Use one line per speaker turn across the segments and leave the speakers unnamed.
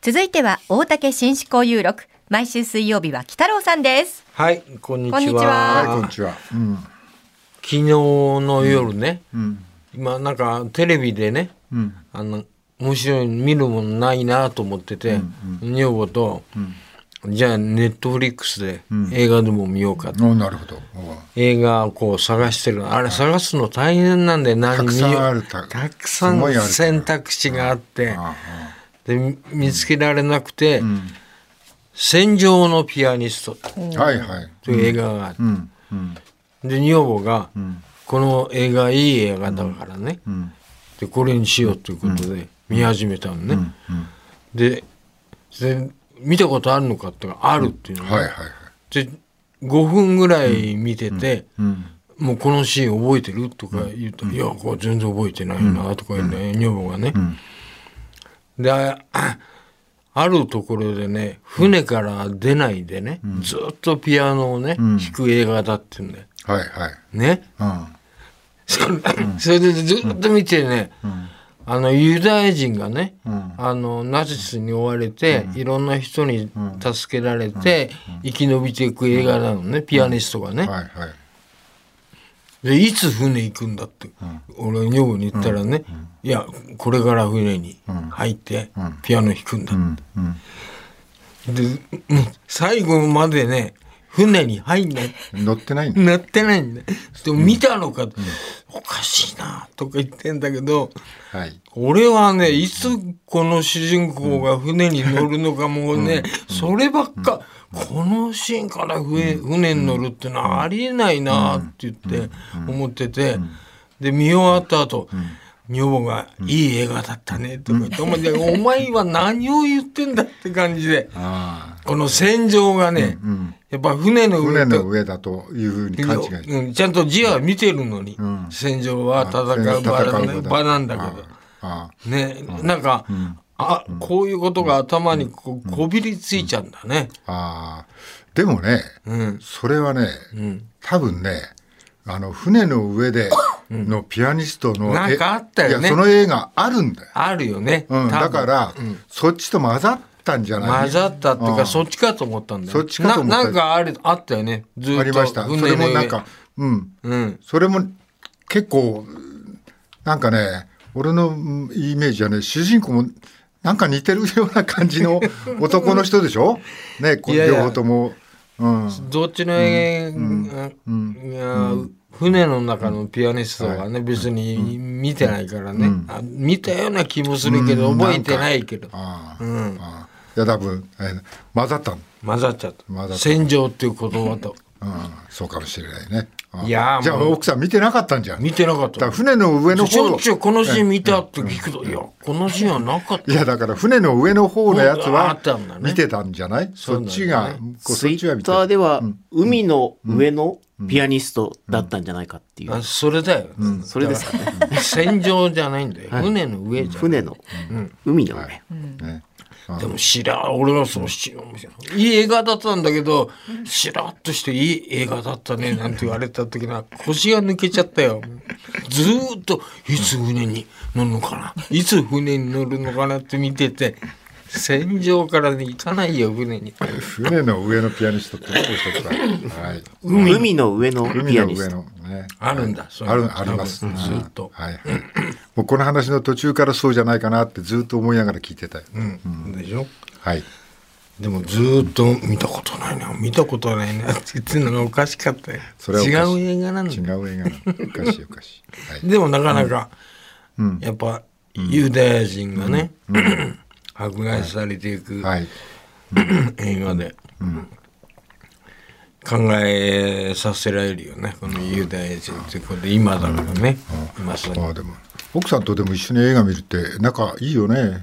続いては大竹紳士交有録毎週水曜日は北郎さんです
はい、こんにちは。
こんにちは
こんにちは。うん。
昨日の夜ね、
うん。
今なんかテレビでね、
うん。
あの、面白い、見るもんないなと思ってて、女房と、じゃあネットフリックスで映画でも見ようかと。
おなるほど。
映画をこう探してるあれ探すの大変なんで何
たく
見
さん
よう
あるた
たくさ
すごい
ん
あるから
選択肢があって
あ
でみ見つけられなくて「戦場のピアニスト」
あ。はいはい。
という映画があって
うん。うん。
で女房が、この映画いい映画だからね、でこれにしようということで見始めたのね、でで見たことあるのかって言ったらあるっていうの、
はいはいはい。
で5分ぐらい見てて、もうこのシーン覚えてるとか言うと、いやこれ全然覚えてないな」とか言うね、女房がね。でああるところでね船から出ないでね、ずっとピアノをね、弾く映画だって言うんだよ。
はいはい。
ね。
う
そんなそれでずっと見てね、あのユダヤ人がね、あのナチスに追われて、いろんな人に助けられて、生き延びていく映画なのね、ピアニストがね
ん。。はいはい。
でいつ船行くんだって、俺は女房に言ったらね、いやこれから船に入って、ピアノ弾くんだって。
うん。
でもう最後までね船に入ん ない。
乗ってないんだ。
なってないんだ。でも見たのか、おかしいなとか言ってんだけど、
はい。
俺はね、いつこの主人公が船に乗るのかもうね、そればっか、このシーンから船船に乗るってのはありえないなって言って思ってて、で、見終わった後、女房が「いい映画だったね」とか言って「お前じゃあお前は何を言ってんだ」って感じで
あ
この戦場がねやっぱ船の
あ。
上
船
と
の上だというふうに勘違い。
うんちゃんと字は見てるのに、戦場は戦う場だね場なんだけど。
ああ。
ね、なんか、あ、こういうことが頭にこうこびりついちゃうんだね。
ああ。でもね、それはね、多分ね、あの、船の上でのピアニストの、
なん
え
かあったよね
いや、その映画あるんだよ。
あるよね。
う
多
ん、
分
だから、そっちと混ざったんじゃない
混ざったっていう
う
か、
ん
そっちかと思ったんだよ。
そっちかと思った
ななんかあれ、あったよね。ずっと。
ありました。そ
船の
れも
上
なんか、うん。
うん。
それも結構、なんかね、俺のうんイメージはね、主人公もなんか似てるような感 じの男の人でしょね、こう
いやいや
両方とも。うん。
どっちの映画、うんいや船の中のピアニストがね、別に見てないからね、あ見たような気もするけど、
うん
覚えてないけど。
ああ。ああいや、多分、えー混ざったの。
混ざっちゃった。
混ざった
戦場っていう言葉 と。
うん。そうかもしれないね。ああ
いやー
じゃあ
もう
奥さん見てなかったんじゃん。
見てなかっ
だか
た
ら。船の上の
しょ
方
っちゅうこのシーン見たって聞くと、いや、このシーンはなかった。
いやだから船の上の方のやつ
ああ
は
ったんだね
見てたんじゃない
そうな
そ
ん
っ
だね
ちが、こう
ツ
そ
イ
っちが
ッ
見
タ
て
ー
た。
では、海の上のピアニストだったんじゃないかっていう。
あそれだよ、
それですかね。
戦場じゃないんだよ、船の上じゃん
船の、海の上。
ね
でも知ら俺はそうしよういい映画だったんだけどしらっとしていい映画だったねなんて言われた時な腰が抜けちゃったよずーっといつ船に乗るのかないつ船に乗るのかなって見てて戦場からね行かないよ船に
船の上のピアニストってどういう人だはい。
海の上の
海
ピア
の
ニ
上
スト。
のね。
あるんだそう
あるあります。
多分ず
うん
っと
はいはい。もうこの話の途中からそうじゃないかなってずっと思いながら聞いてたよ。
でしょ
はい。
でもずーっと見たことないな見たことないなって言ってるのがおかしかったよ
それはおかしい
違う映画なんだ
違う映画なの。おかしいおかしい。はい。
でもなかなか、やっぱユダヤ人がね、 迫害されていく
はい。
映画で、考えさせられるよねこのユダヤ人ってことで今だからね、今さ
ああでも奥さんとでも一緒に映画見るって仲いいよね。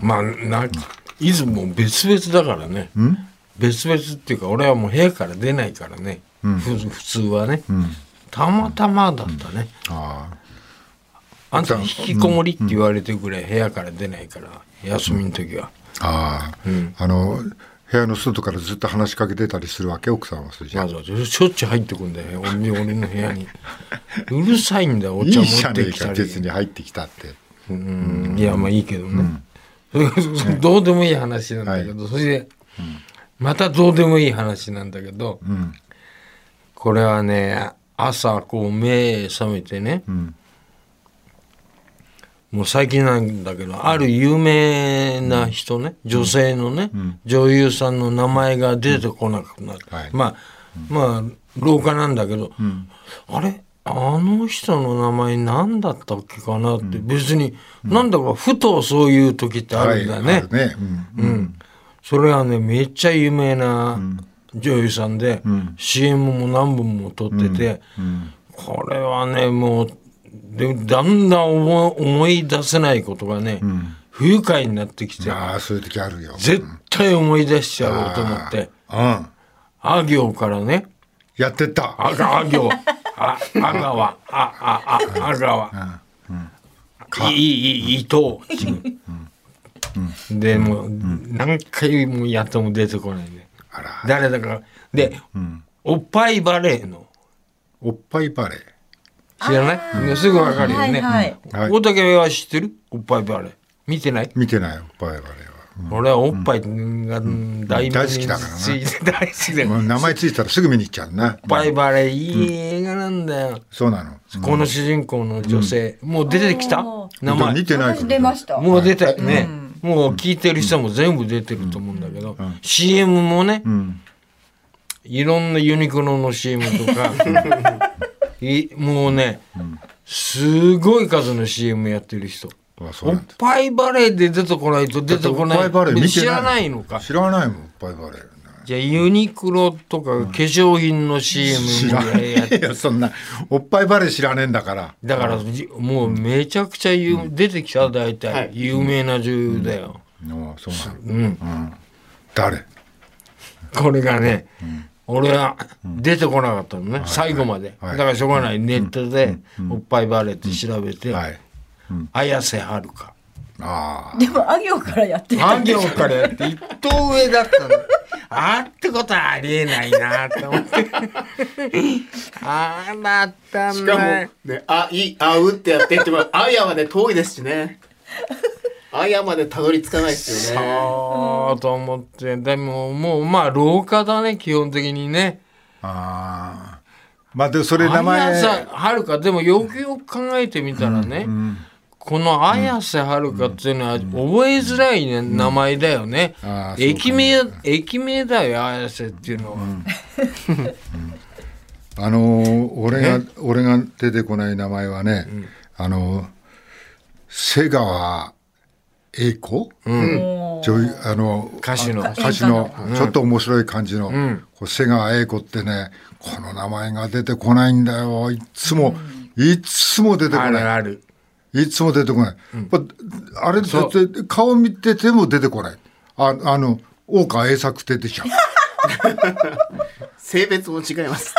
まあなんかいつも別々だからね、別々っていうか俺はもう部屋から出ないからね、ふ普通はね、たまたまだったね、
ああ。
あんた引きこもりって言われてくれ、部屋から出ないから休みの時は、
ああ、あの部屋の外からずっと話しかけてたりするわけ奥さんはそれじゃ
わざわざしょっちゅう入ってくんだよ俺の俺の部屋に うるさいんだよお
いい
茶
じ
持
ゃ
っ
ね
て
え
きた
か
り
別に入ってきたって
うんいやまあいいけどね、 どうでもいい話なんだけど、それで、またどうでもいい話なんだけど、
ん
これはね朝こう目覚めてね、
ん
もう最近なんだけどある有名な人ね、女性のね、女優さんの名前が出てこなくなって、
はい
まあ、まあ廊下なんだけど、あれあの人の名前何だったっけかなって、別に、なんだかふとそういう時ってあるんだね。
はいあるね。う
う
ん
ん、それはねめっちゃ有名な女優さんで、CM も何本も撮ってて、これはねもうでだんだん思い思い出せないことがね、不愉快になってきて
ああ、そういう時あるよ。
絶対思い出しちゃおうと思って
うん。
あ行からね
やってった。
あがあ行ああがわああああがわいいいい伊藤でもう何回もやっても出てこないね
あら、
誰だかでおっぱいバレーの
おっぱいバレー。
知らないねすぐわかるよね
はいはい
うん大竹は知ってるおっぱいバレー見てない
見てない、おっぱいバレーは。
俺はおっぱいが大
大好きだからな
ついて大好きだよお
う
っ
ん名前ついたらすぐ見に行っちゃうな。
ぱいバレーいい映画なんだよ
そうなの。
この主人公の女性、もう出てきた
おー
名
でも
前
見てないから
私出ました。
もう出たよね、もう聞いてる人も全部出てると思うんだけど、CM もね、
ん
いろんなユニクロの CM とか いもうね、すごい数の CM やってる人
あそう
お
なん
っ
だ
ぱいバレーで出てこないと出てこな
だっておっぱいバレー見てないい
知らないのか
知らないもん、おっぱいバレー。
じゃあユニクロとか化粧品の CM
知
も
らな
やっ
いよ、そんな。おっぱいバレー知らねえんだから。
だからじもうめちゃくちゃ有、出てきた大
は
体
い
有名な女優だよ、
ああ、そうな
う
の。
ん
誰
これがね、俺は出てこなかったのね、最後まで、
はい
だからしょうがないネットでおっぱいバレーって調べて、
はい。
綾瀬はるか
ああ。
でも、あ行からやってた。
あ行からやって一等上だ ったのあーってことはありえないなと思ってあーだった
し
ん
かも
だ、
ね、あ、い、あうってやって っても、あやまで遠いですしね。あやまでたどり着かないですよね。
あーと思ってでももうまあ廊下だね基本的にね
ああ。まあ、で、それ名
綾
前。
瀬はるかでもよくよく考えてみたらね、この綾瀬はるかっていうのは覚えづらい、ね名前だよね、
ああそうか
駅名駅名だよ綾瀬っていうのは、
あのー俺が俺が出てこない名前はね、あのー瀬川栄子、女優あの
歌手の
あ歌手のちょっと面白い感じの、
ん
こう瀬川栄子ってねこの名前が出てこないんだよいっつも、いっつも出てこ
ある
な
ある
いいっつも出てこない、やっぱあれだ
そう
って顔見てても出てこないああの大川栄作って出てきちゃう。
性別も違います。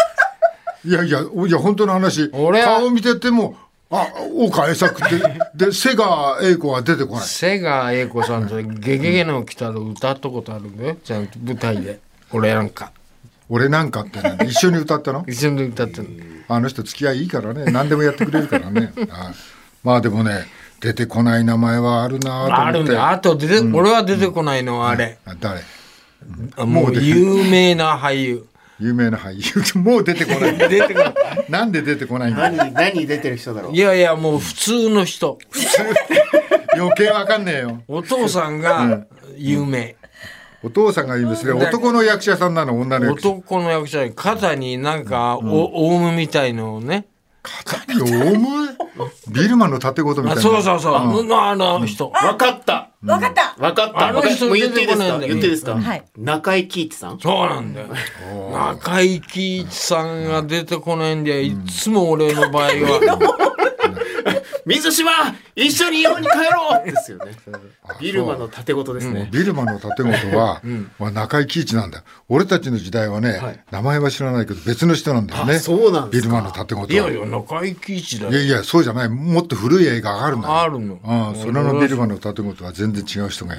いやいや、おいや、本当の話。
俺は
顔見てても、あ、大川栄作 って、で、瀬川栄子は出てこない。
瀬川栄子さんと「ゲゲゲの鬼太郎」歌ったことあるねちゃんと舞台で俺なんか
俺なんかって、ね、一緒に歌ったの
一緒に歌ってる
あの人付き合いいいからね、何でもやってくれるか らね。あまあでもね、出てこない名前はある
ある
なと思
ん
って。
だよあと出て、俺は出てこないのはあれ、
あ誰
あもう有名な俳優
有名な俳優。 もう出てこな
出
い。
てこない
なんで出てこない んだ
何、何出てる人だろう
い。やいやもう普通の人
余計わかんねえよ。
お父さんが有名、
お父さんが言うんですね。男の役者さんなの、女の役者。
男の役者で肩になんかおオウムみたいのをね、
お前ビルマンの盾事みたい
あ
な。
そうそうそう、のあの人、
わかった。
わかった。
わかっ
あ
た。
の
わかっ
人
た。もう言っていいで
出て
す
こない
か
んだよ
言っていいですか
はい
中井貴一さん
そうなんだよ中井貴一さんが出てこないんだよいつも俺の場合 は
水島一緒に日本に帰ろうですよね。ビルマの盾事ですね。
ビルマの建物 は、まあ中井貴一なんだ。俺たちの時代はね、
はい
名前は知らないけど別の人なんだよね。
あそうなん
ビ
ですか
ルマの建物はい
やいや中井貴一だ
いや
よ
いや、そうじゃない。もっと古い映画があるのよ。
あるの
うんそれのビルマの建物は全然違う人が、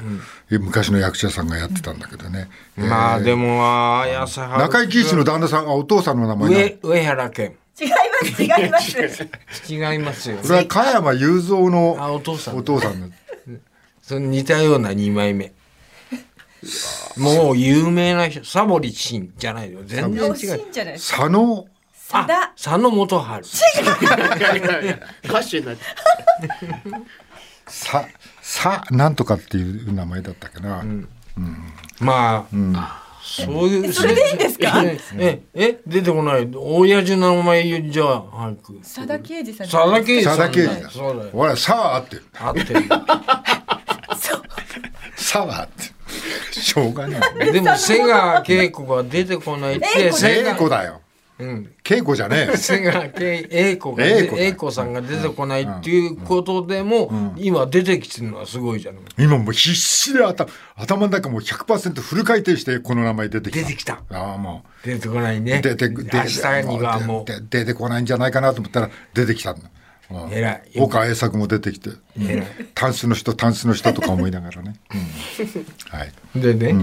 昔の役者さんがやってたんだけどね。えー
まあでも綾瀬はる
中井貴一の旦那さんがお父さんの名前だ。
上上原健
違います。違います。
違いますよ
それは加山雄三
あお
の
父さん
お父さんの。
その似たような2枚目もう有名な人サボりシンじゃないよ全然
惜
違
し
う
いんじゃないですか
佐野
さだ
佐野元春
いやいやいや 歌手になって
ささなんとかっていう名前だったっけな、
まあ、そういう
それでいいんですか
えええ出てこない親父の名前言うじゃあ早く
さだけいじさん
佐田圭司さん
佐田圭司だ
そうだよ
ほら「さはあって
あっ てる
「さはあってしょうが ない
でも瀬川恵子が出てこないっ
え
て
いこ
瀬
稽
川
古だよ
うん
稽古じゃねえ
瀬川恵栄子が
栄子だ
栄子さんが出てこないっていうことでも今出てきてるのはすごいじゃん
今もう必死で頭頭の中もう100%フル回転してこの名前出てきた
出てきた
ああもう
出てこないね
出て
明
出て
日にはも
で出てこないんじゃないかなと思ったら出てきたんだ、うん
偉い
岡栄作も出てきて
偉い
タンスの人タンスの人とか思いながら ね、うんはいう
でね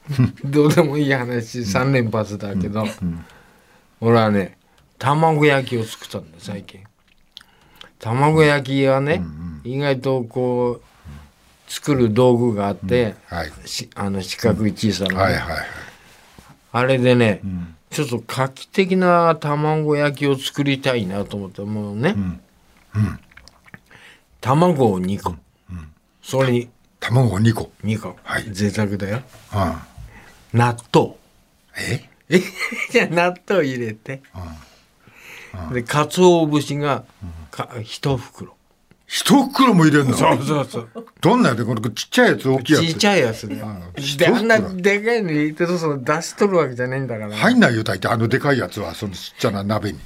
どうでもいい話3連発だけど俺はね卵焼きを作ったんだ最近卵焼きはね意外とこう作る道具があって
はい
しあの四角い小さなね
はいはいはい
あれでね、ちょっと画期的な卵焼きを作りたいなと思ってもうね、卵を2個、それに
卵2個、
2個、
はい
贅沢だよ
うん、
納豆
え
いや 納豆入れて、で鰹節がか1袋
一袋も入れんの
そうそうそう
どんなやつこのちっちゃいやつ大きいやつ
ちっちゃいやつね
一
で
袋
あんなでかいの入れてるその出しとるわけじゃねえんだから、
入んないよ大体あのでかいやつはそのちっちゃな鍋に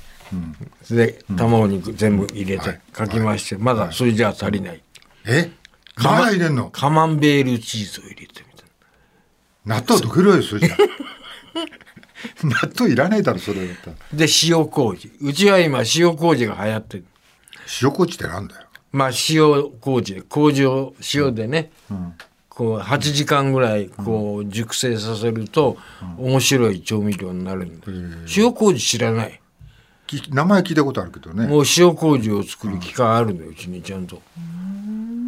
で卵肉全部入れ
は
て
い
かき回して、まだそれじゃ足りない、
えまだ入れんの
カマンベールチーズを入れてみたい
納豆どけろよそれじゃ納豆いらないだろそれだったら
なで塩麹うちは今塩麹が流行ってる
塩麹ってなんだよ
まあ塩麹で麹を塩でね、こう8時間ぐらいこう熟成させると面白い調味料になるんで、塩麹知らない
き名前聞いたことあるけどね
もう塩麹を作る機会あるんだようちにちゃんと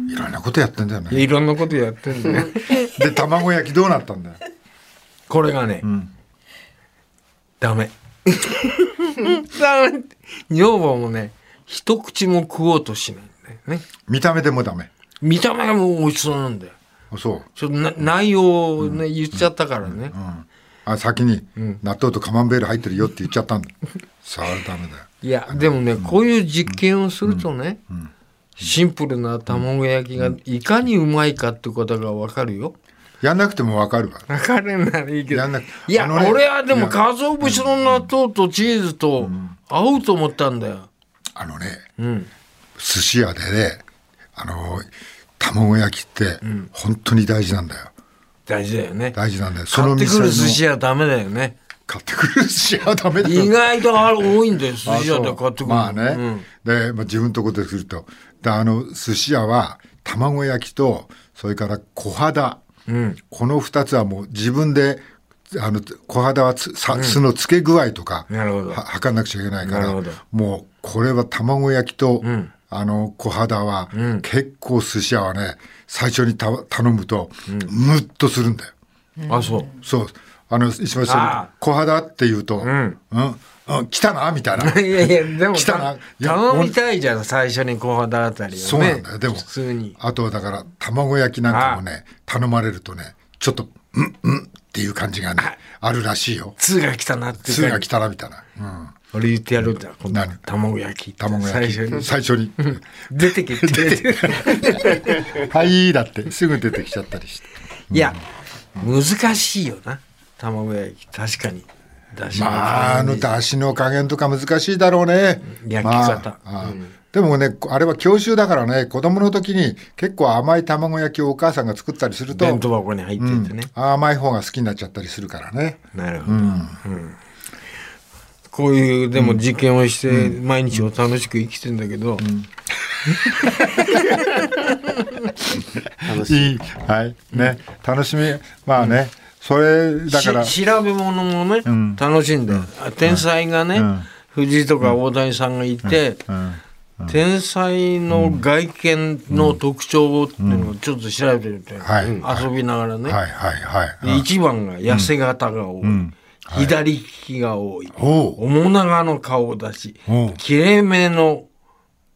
いろんなことやってんだよ
いや
ね
いろんなことやってんだよ
で卵焼きどうなったんだよ
これがね、ダメ ダメ女房もね一口も食おうとしないんだよね
見た目でもダメ
見た目がもう美味しそうなんだよ
あそう
ちょっとな内容をね、言っちゃったからね、
あ先に納豆とカマンベール入ってるよって言っちゃったんだそれダメだよ
いやでもね、こういう実験をするとね、シンプルな卵焼きがいかにうまいかってことがわかるよ
やんなくてもわかるわ
わかるならいいけど
やんなく
いや、
あのね
俺はでも
いや
鰹節の納豆とチーズと合うと思ったんだよ、
あのね
うん、
寿司屋でねあの卵焼きって本当に大事なんだよ
大事だよね
大事なんだよそ
買
の
って
店
く
の
る寿司屋ダメだよね
買ってくる寿司屋はダメだよ
意外と あれ多いんだよ寿司屋
あそ
で
う
買ってくる
まあ
う
ね
ん、
で、まあ、自分のとこでするとであの寿司屋は卵焼きとそれから小肌、この2つはもう自分であの小肌はつさ酢の付け具合とか、
なるほど
は測んなくちゃいけないか
な
ら
るほど
もうこれは卵焼きと、あの小肌は、結構寿司屋はね最初にた頼むと、ムッとするんだよ。
あそう
そう。あの、石橋さ
あ
ん、小肌って言うと、うんん、うん、来たな みたいな。
いやいやでも
来たな
た
いや
頼みたいじゃん最初に後半だったりをね
そうなんだよ。でも
普通に、
あとはだから、卵焼きなんかもね、頼まれるとね、ちょっと、うん、うんっていう感じがね、あるらしいよ。
通が来たなって
つが来たなみたいな。
俺言ってやるんだ今度
何
卵焼き
うん。卵焼き。
最初に
最 初に。
出てけって
はい、だって、すぐ出てきちゃったりして。
いや難しいよな卵焼き確かにだし
まあ、あの、出汁の加減とか難しいだろうね。
焼き方
まああでもね、あれは教習だからね、子供の時に結構甘い卵焼きをお母さんが作ったりすると、
弁当箱に入っててね、
甘い方が好きになっちゃったりするからね。
なるほど、うんこういうでも実験をして毎日を楽しく生きてんだけど、
楽しい
いい、はい、ね、楽しみ、まあね、それだから、
し調べ物もね、楽しんで、あ天才がね、藤井とか大谷さんがいて、
うん
天才の外見の特徴っていうのをちょっと調べてみて、
はい
遊びながらね、
はいはいはい。
で一番が痩せ型が多い、左利きが多い、
おう
面長の顔だし
おう
切れ目の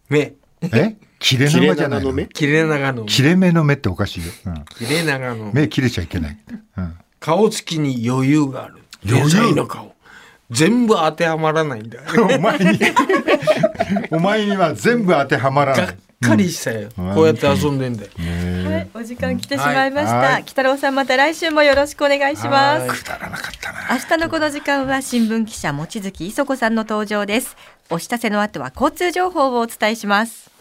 目
え切れ
切れ
長じゃな
長
い
の
の
目
切れ長の目
切れ目の目っておかしいよ。うん
切れ長の目
目切れちゃいけない。うん
顔つきに余裕がある
余裕
天才の顔全部当てはまらないんだよね
お前に、 お前には全部当てはまら
が
な
っ
い。
かりしたよ、こうやって遊んでんだよ
はい、お時間来てしまいました。
はい
北郎さんまた来週もよろしくお願いします。
くだらなかったな。
明日のこの時間は新聞記者望月磯子さんの登場です。お知らせの後は交通情報をお伝えします。